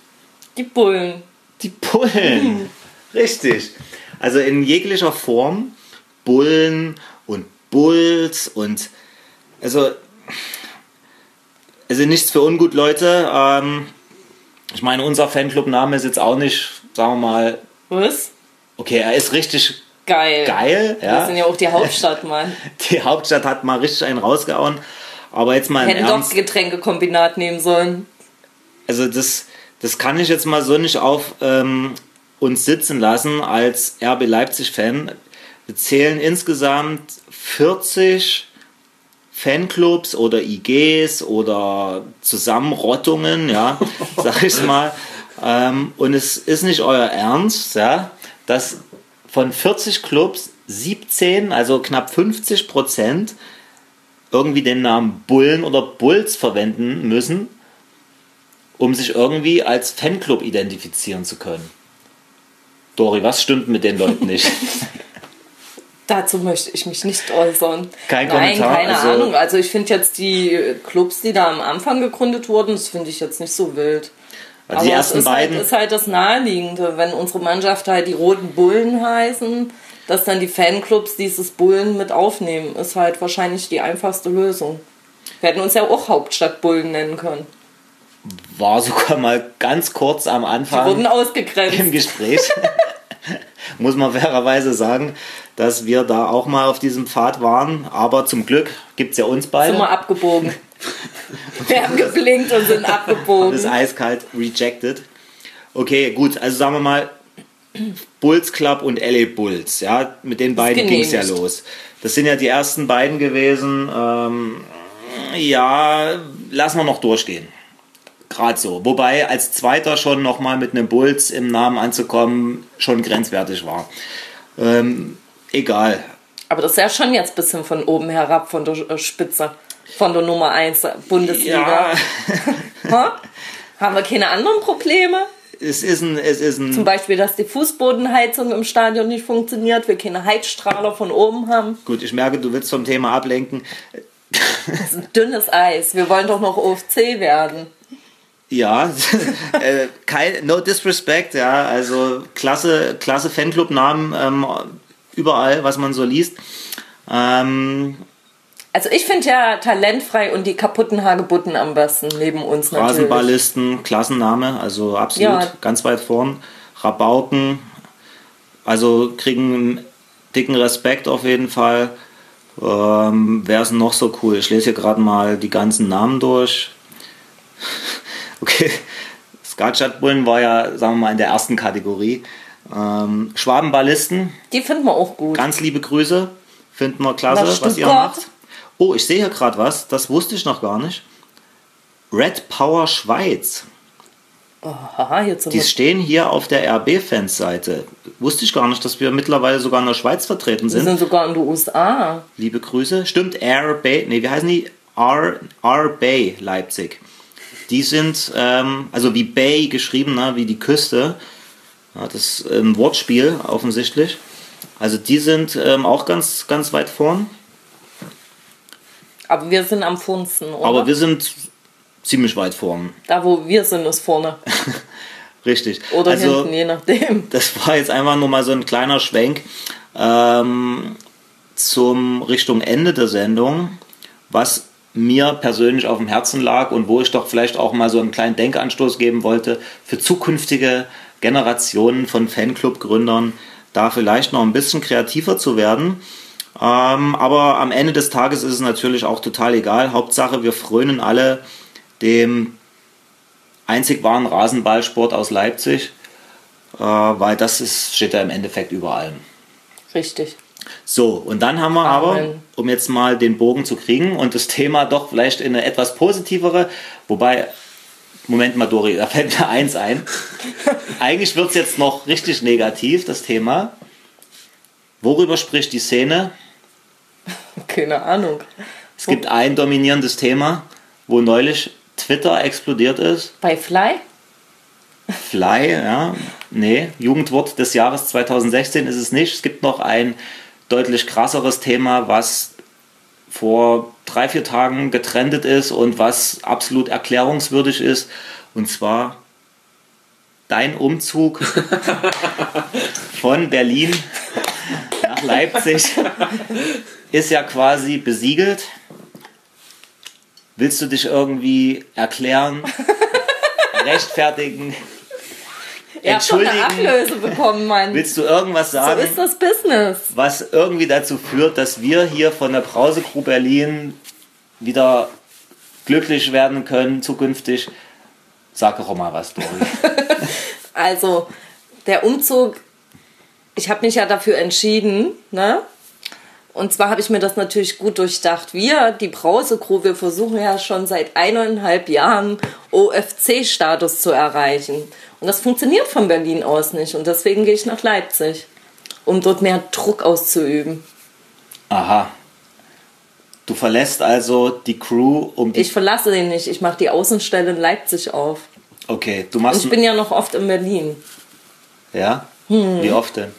[SPEAKER 1] Die Bullen.
[SPEAKER 2] Die Bullen.
[SPEAKER 1] Hm.
[SPEAKER 2] Richtig. Also in jeglicher Form Bullen und Bulls und also also nichts für ungut Leute. Ähm, ich meine, unser Fanclub-Name ist jetzt auch nicht, sagen wir mal,
[SPEAKER 1] Was?
[SPEAKER 2] okay, er ist richtig
[SPEAKER 1] Geil.
[SPEAKER 2] geil.
[SPEAKER 1] Das
[SPEAKER 2] Ja.
[SPEAKER 1] sind ja auch die Hauptstadt, Mann.
[SPEAKER 2] Die Hauptstadt hat mal richtig einen rausgehauen. Aber jetzt mal im
[SPEAKER 1] Hätten doch
[SPEAKER 2] Ernst.
[SPEAKER 1] Getränkekombinat nehmen sollen.
[SPEAKER 2] also das, das kann ich jetzt mal so nicht auf ähm, uns sitzen lassen als RB Leipzig-Fan. Wir zählen insgesamt 40 Fanclubs oder IGs oder Zusammenrottungen, ja, sag ich mal. Ähm, und es ist nicht euer Ernst, ja, dass von 40 Clubs 17, also knapp 50 Prozent, irgendwie den Namen Bullen oder Bulls verwenden müssen, um sich irgendwie als Fanclub identifizieren zu können. Dori, was stimmt mit den Leuten nicht?
[SPEAKER 1] Dazu möchte ich mich nicht äußern.
[SPEAKER 2] Kein
[SPEAKER 1] Nein,
[SPEAKER 2] Kommentar,
[SPEAKER 1] keine
[SPEAKER 2] also-
[SPEAKER 1] Ahnung. Also ich finde jetzt die Clubs, die da am Anfang gegründet wurden, das finde ich jetzt nicht so wild.
[SPEAKER 2] Also die
[SPEAKER 1] Aber
[SPEAKER 2] ersten
[SPEAKER 1] es ist
[SPEAKER 2] beiden.
[SPEAKER 1] Halt, ist halt das Naheliegende, wenn unsere Mannschaft halt die Roten Bullen heißen, dass dann die Fanclubs dieses Bullen mit aufnehmen, ist halt wahrscheinlich die einfachste Lösung. Wir hätten uns ja auch Hauptstadtbullen nennen können.
[SPEAKER 2] war sogar mal ganz kurz am Anfang.
[SPEAKER 1] Wurden ausgegrenzt.
[SPEAKER 2] im Gespräch. Muss man fairerweise sagen, dass wir da auch mal auf diesem Pfad waren. Aber zum Glück gibt es ja uns
[SPEAKER 1] Sind wir
[SPEAKER 2] beide.
[SPEAKER 1] abgebogen. Wir haben geblinkt und sind
[SPEAKER 2] Das ist
[SPEAKER 1] abgebogen.
[SPEAKER 2] eiskalt rejected. Okay, gut. Also sagen wir mal, Bulls Club und LA Bulls. Ja, mit den beiden ging es ja
[SPEAKER 1] genehmigt.
[SPEAKER 2] los. Das sind ja die ersten beiden gewesen. Ähm, ja, lassen wir noch durchgehen. Gerade so. Wobei als Zweiter schon nochmal mit einem Bulls im Namen anzukommen schon grenzwertig war. Ähm, egal.
[SPEAKER 1] Aber das ist ja schon jetzt ein bisschen von oben herab, von der äh, Spitze, von der Nummer 1 Bundesliga.
[SPEAKER 2] Ja,
[SPEAKER 1] Ha? Haben wir keine anderen Probleme?
[SPEAKER 2] es ist ein, es ist ein
[SPEAKER 1] Zum Beispiel, dass die Fußbodenheizung im Stadion nicht funktioniert, wir keine Heizstrahler von oben haben.
[SPEAKER 2] Gut, ich merke, du willst vom Thema ablenken.
[SPEAKER 1] Das ist dünnes Eis. Wir wollen doch noch OFC werden.
[SPEAKER 2] Ja, äh, kein, no disrespect, ja, also klasse, klasse Fanclub-Namen ähm, überall, was man so liest. Ähm,
[SPEAKER 1] Also ich finde ja talentfrei und die kaputten Hagebutten am besten neben uns natürlich.
[SPEAKER 2] Rasenballisten, Klassenname, also absolut
[SPEAKER 1] Ja.
[SPEAKER 2] ganz weit vorn. Rabauken, also kriegen einen dicken Respekt auf jeden Fall. Ähm, Wer ist noch so cool? Ich lese hier gerade mal die ganzen Namen durch. Okay, Skatschatbullen war ja, sagen wir mal, in der ersten Kategorie. Ähm, Schwabenballisten,
[SPEAKER 1] Die finden wir auch gut.
[SPEAKER 2] ganz liebe Grüße, finden wir klasse,
[SPEAKER 1] Nach
[SPEAKER 2] was ihr
[SPEAKER 1] Stuttgart.
[SPEAKER 2] macht. Oh, ich sehe hier gerade was, das wusste ich noch gar nicht. Red Power Schweiz.
[SPEAKER 1] Oh, Aha, jetzt sind
[SPEAKER 2] Die
[SPEAKER 1] wir
[SPEAKER 2] stehen hier auf der RB-Fans-Seite. Wusste ich gar nicht, dass wir mittlerweile sogar in der Schweiz vertreten
[SPEAKER 1] Wir
[SPEAKER 2] sind.
[SPEAKER 1] sind sogar in den USA.
[SPEAKER 2] Liebe Grüße. Stimmt, Air Bay, nee, wie heißen die? R, R Bay Leipzig. Die sind, ähm, also wie Bay geschrieben, ne, wie die Küste. Ja, das ist ein Wortspiel offensichtlich. Also die sind ähm, auch ganz, ganz weit vorn.
[SPEAKER 1] Aber wir sind am Funzen, oder?
[SPEAKER 2] Aber wir sind ziemlich weit vorn.
[SPEAKER 1] da, wo wir sind, ist vorne.
[SPEAKER 2] Richtig.
[SPEAKER 1] Oder
[SPEAKER 2] also,
[SPEAKER 1] hinten, je nachdem.
[SPEAKER 2] das war jetzt einfach nur mal so ein kleiner Schwenk ähm, zum Richtung Ende der Sendung, was mir persönlich auf dem Herzen lag und wo ich doch vielleicht auch mal so einen kleinen Denkanstoß geben wollte für zukünftige Generationen von Fanclub-Gründern, da vielleicht noch ein bisschen kreativer zu werden. Ähm, aber am Ende des Tages ist es natürlich auch total egal. Hauptsache, wir frönen alle dem einzig wahren Rasenballsport aus Leipzig äh, weil das ist, steht da im Endeffekt über allem.
[SPEAKER 1] Richtig.
[SPEAKER 2] So, und dann haben wir aber,
[SPEAKER 1] Amen.
[SPEAKER 2] um jetzt mal den Bogen zu kriegen und das Thema doch vielleicht in eine etwas positivere, wobei, Moment mal, Dori, da fällt mir eins ein. Eigentlich wird es jetzt noch richtig negativ, das Thema. Worüber spricht die Szene?
[SPEAKER 1] Keine Ahnung.
[SPEAKER 2] Es
[SPEAKER 1] Oh.
[SPEAKER 2] gibt ein dominierendes Thema, wo neulich Twitter explodiert ist.
[SPEAKER 1] Bei Fly?
[SPEAKER 2] Fly, ja. Nee, Jugendwort des Jahres 2016 ist es nicht. Es gibt noch ein deutlich krasseres Thema, was vor drei, vier Tagen getrendet ist und was absolut erklärungswürdig ist. Und zwar dein Umzug von Berlin nach Leipzig ist ja quasi besiegelt. Willst du dich irgendwie erklären, rechtfertigen?
[SPEAKER 1] Ihr habt doch eine
[SPEAKER 2] Entschuldigen.
[SPEAKER 1] Ablöse bekommen, Mann.
[SPEAKER 2] Willst du irgendwas
[SPEAKER 1] So
[SPEAKER 2] sagen,
[SPEAKER 1] ist das Business.
[SPEAKER 2] was irgendwie dazu führt, dass wir hier von der Brause Crew Berlin wieder glücklich werden können zukünftig? Sag doch mal was, Dori.
[SPEAKER 1] Also, der Umzug, ich habe mich ja dafür entschieden, ne? Und zwar habe ich mir das natürlich gut durchdacht. Wir, die Brause-Crew, wir versuchen ja schon seit eineinhalb Jahren OFC-Status zu erreichen. Und das funktioniert von Berlin aus nicht. Und deswegen gehe ich nach Leipzig, um dort mehr Druck auszuüben.
[SPEAKER 2] Aha. Du verlässt also die Crew um die.
[SPEAKER 1] Ich verlasse den nicht. Ich mache die Außenstelle in Leipzig auf.
[SPEAKER 2] okay, du
[SPEAKER 1] Und
[SPEAKER 2] machst.
[SPEAKER 1] ich bin ja noch oft in Berlin.
[SPEAKER 2] ja? Wie oft denn?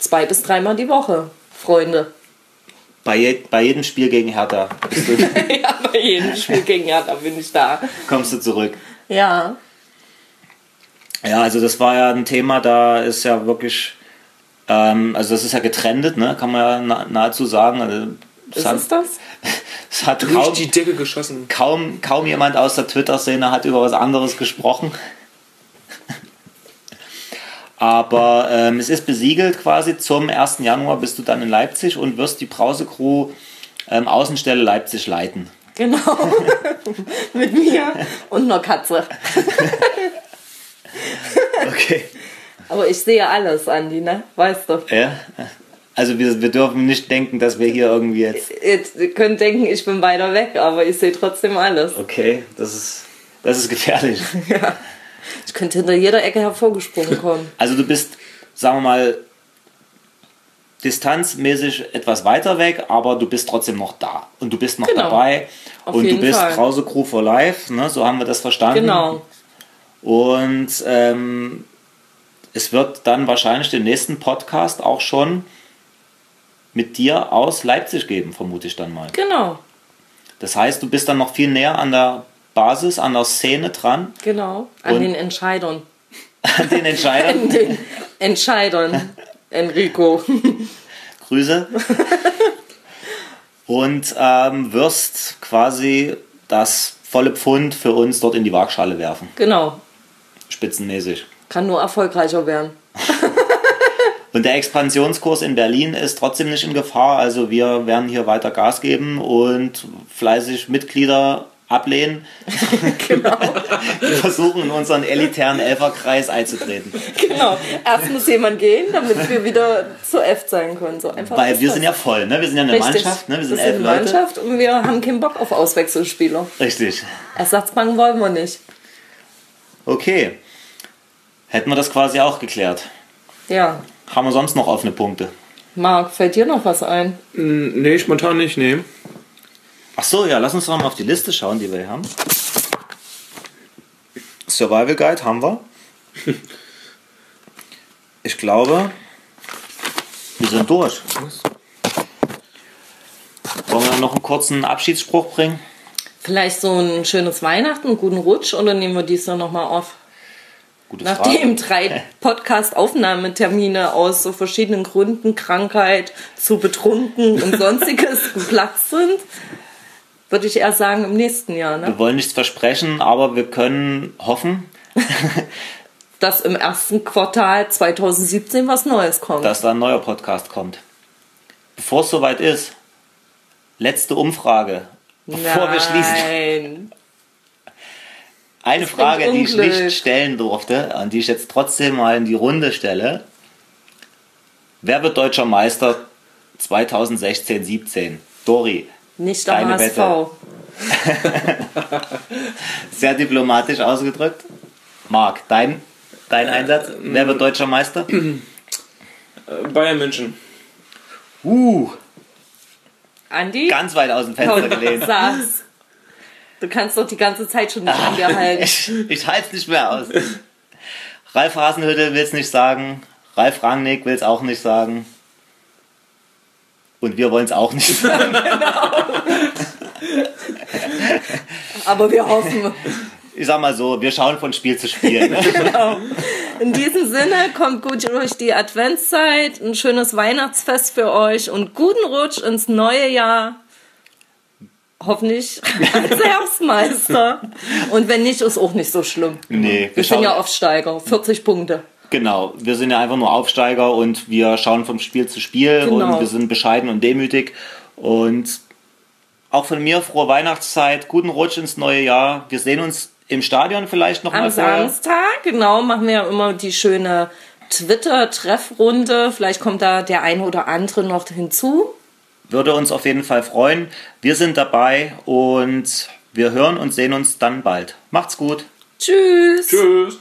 [SPEAKER 1] Zwei bis dreimal die Woche, Freunde.
[SPEAKER 2] Bei, je, bei jedem Spiel gegen Hertha bist du,
[SPEAKER 1] ja, bei jedem Spiel gegen Hertha bin ich da.
[SPEAKER 2] kommst du zurück.
[SPEAKER 1] Ja.
[SPEAKER 2] Ja, also das war ja ein Thema, da ist ja wirklich, ähm, also das ist ja getrendet, ne? kann man ja na, nahezu sagen. Also,
[SPEAKER 1] Ist es das?
[SPEAKER 2] Es hat
[SPEAKER 3] Durch
[SPEAKER 2] kaum,
[SPEAKER 3] die Decke geschossen.
[SPEAKER 2] kaum, kaum jemand aus der Twitter-Szene hat über was anderes gesprochen. Aber ähm, es ist besiegelt quasi. Zum 1. Januar bist du dann in Leipzig und wirst die Brause-Crew ähm, Außenstelle Leipzig leiten.
[SPEAKER 1] Genau. Mit mir und einer Katze.
[SPEAKER 2] Okay.
[SPEAKER 1] Aber ich sehe alles, Andi, ne? Weißt du.
[SPEAKER 2] Ja. Also wir, wir dürfen nicht denken, dass wir hier irgendwie jetzt...
[SPEAKER 1] Jetzt, ihr könnt denken, ich bin weiter weg, aber ich sehe trotzdem alles.
[SPEAKER 2] Okay, das ist, das ist gefährlich.
[SPEAKER 1] Ja. Ich könnte hinter jeder Ecke hervorgesprungen kommen.
[SPEAKER 2] Also du bist, sagen wir mal, distanzmäßig etwas weiter weg, aber du bist trotzdem noch da. Und du bist noch
[SPEAKER 1] Genau.
[SPEAKER 2] dabei.
[SPEAKER 1] Auf
[SPEAKER 2] und du
[SPEAKER 1] jeden
[SPEAKER 2] bist
[SPEAKER 1] Fall.
[SPEAKER 2] Krause Crew for Life, ne? so haben wir das verstanden.
[SPEAKER 1] Genau.
[SPEAKER 2] Und ähm, es wird dann wahrscheinlich den nächsten Podcast auch schon mit dir aus Leipzig geben, vermute ich dann mal.
[SPEAKER 1] Genau.
[SPEAKER 2] Das heißt, du bist dann noch viel näher an der Basis, an der Szene dran,
[SPEAKER 1] Genau. An
[SPEAKER 2] Und-
[SPEAKER 1] den Entscheidern.
[SPEAKER 2] an den Entscheidern.
[SPEAKER 1] An den Entscheidern. Enrico.
[SPEAKER 2] Grüße. Und ähm, wirst quasi das volle Pfund für uns dort in die Waagschale werfen,
[SPEAKER 1] Genau.
[SPEAKER 2] spitzenmäßig.
[SPEAKER 1] Kann nur erfolgreicher werden.
[SPEAKER 2] Und der Expansionskurs in Berlin ist trotzdem nicht in Gefahr. Also wir werden hier weiter Gas geben und fleißig Mitglieder ablehnen,
[SPEAKER 1] Genau.
[SPEAKER 2] die versuchen in unseren elitären Elferkreis einzutreten.
[SPEAKER 1] genau. Erst muss jemand gehen, damit wir wieder zur F sein können. So einfach
[SPEAKER 2] Weil
[SPEAKER 1] ist
[SPEAKER 2] wir
[SPEAKER 1] das.
[SPEAKER 2] sind ja voll, ne? Wir sind ja eine
[SPEAKER 1] Richtig.
[SPEAKER 2] Mannschaft, ne? Wir sind
[SPEAKER 1] das
[SPEAKER 2] elf
[SPEAKER 1] eine
[SPEAKER 2] Leute.
[SPEAKER 1] Mannschaft und wir haben keinen Bock auf Auswechselspieler.
[SPEAKER 2] Richtig.
[SPEAKER 1] Ersatzbank wollen wir nicht.
[SPEAKER 2] Okay. Hätten wir das quasi auch geklärt.
[SPEAKER 1] Ja.
[SPEAKER 2] Haben wir sonst noch offene Punkte?
[SPEAKER 1] Marc, fällt dir noch was ein?
[SPEAKER 3] Hm, Nee, spontan nicht, nee.
[SPEAKER 2] Ach so, ja, lass uns doch mal auf die Liste schauen, die wir hier haben. Survival Guide haben wir. Ich glaube, wir sind durch. Wollen wir noch einen kurzen Abschiedsspruch bringen?
[SPEAKER 1] Vielleicht so ein schönes Weihnachten, einen guten Rutsch und dann nehmen wir dies dann nochmal auf.
[SPEAKER 2] Gute
[SPEAKER 1] Nachdem drei Podcast-Aufnahmetermine aus so verschiedenen Gründen, Krankheit, zu betrunken und sonstiges geplatzt sind, würde ich eher sagen im nächsten Jahr, ne?
[SPEAKER 2] Wir wollen nichts versprechen, aber wir können hoffen,
[SPEAKER 1] dass im ersten Quartal 2017 was Neues kommt.
[SPEAKER 2] dass da ein neuer Podcast kommt. Bevor es soweit ist, letzte Umfrage. Bevor wir schließen.
[SPEAKER 1] Nein.
[SPEAKER 2] Eine
[SPEAKER 1] bringt
[SPEAKER 2] Frage, die ich
[SPEAKER 1] Unglück.
[SPEAKER 2] nicht stellen durfte und die ich jetzt trotzdem mal in die Runde stelle. Wer wird deutscher Meister 2016-17? Dori,
[SPEAKER 1] Nicht am
[SPEAKER 2] Deine
[SPEAKER 1] HSV.
[SPEAKER 2] Wette. sehr diplomatisch ausgedrückt. Marc, dein, dein Einsatz? Wer wird deutscher Meister?
[SPEAKER 3] Äh, Bayern München.
[SPEAKER 2] Uh,
[SPEAKER 1] Andi?
[SPEAKER 2] ganz weit aus dem
[SPEAKER 1] Oh
[SPEAKER 2] Fenster gelehnt.
[SPEAKER 1] Sag's. Du kannst doch die ganze Zeit schon
[SPEAKER 2] Ah,
[SPEAKER 1] nicht an dir halten.
[SPEAKER 2] Ich, ich halte es nicht mehr aus. Ralf Hasenhüttel will es nicht sagen. Ralf Rangnick will es auch nicht sagen. Und wir wollen es auch nicht sagen.
[SPEAKER 1] Aber wir hoffen.
[SPEAKER 2] Ich sag mal so, wir schauen von Spiel zu Spiel. Ne?
[SPEAKER 1] In diesem Sinne, kommt gut durch die Adventszeit, ein schönes Weihnachtsfest für euch und guten Rutsch ins neue Jahr. Hoffentlich als Herbstmeister. Und wenn nicht, ist auch nicht so schlimm.
[SPEAKER 2] Nee, wir
[SPEAKER 1] Wir sind
[SPEAKER 2] schauen,
[SPEAKER 1] ja Aufsteiger, 40 Punkte.
[SPEAKER 2] genau, wir sind ja einfach nur Aufsteiger und wir schauen vom Spiel zu Spiel
[SPEAKER 1] Genau.
[SPEAKER 2] und wir sind bescheiden und demütig und auch von mir frohe Weihnachtszeit, guten Rutsch ins neue Jahr. Wir sehen uns im Stadion vielleicht noch mal
[SPEAKER 1] Am
[SPEAKER 2] vorher.
[SPEAKER 1] Samstag, genau, machen wir ja immer die schöne Twitter-Treffrunde. Vielleicht kommt da der ein oder andere noch hinzu.
[SPEAKER 2] Würde uns auf jeden Fall freuen. Wir sind dabei und wir hören und sehen uns dann bald. Macht's gut.
[SPEAKER 1] Tschüss.
[SPEAKER 3] Tschüss.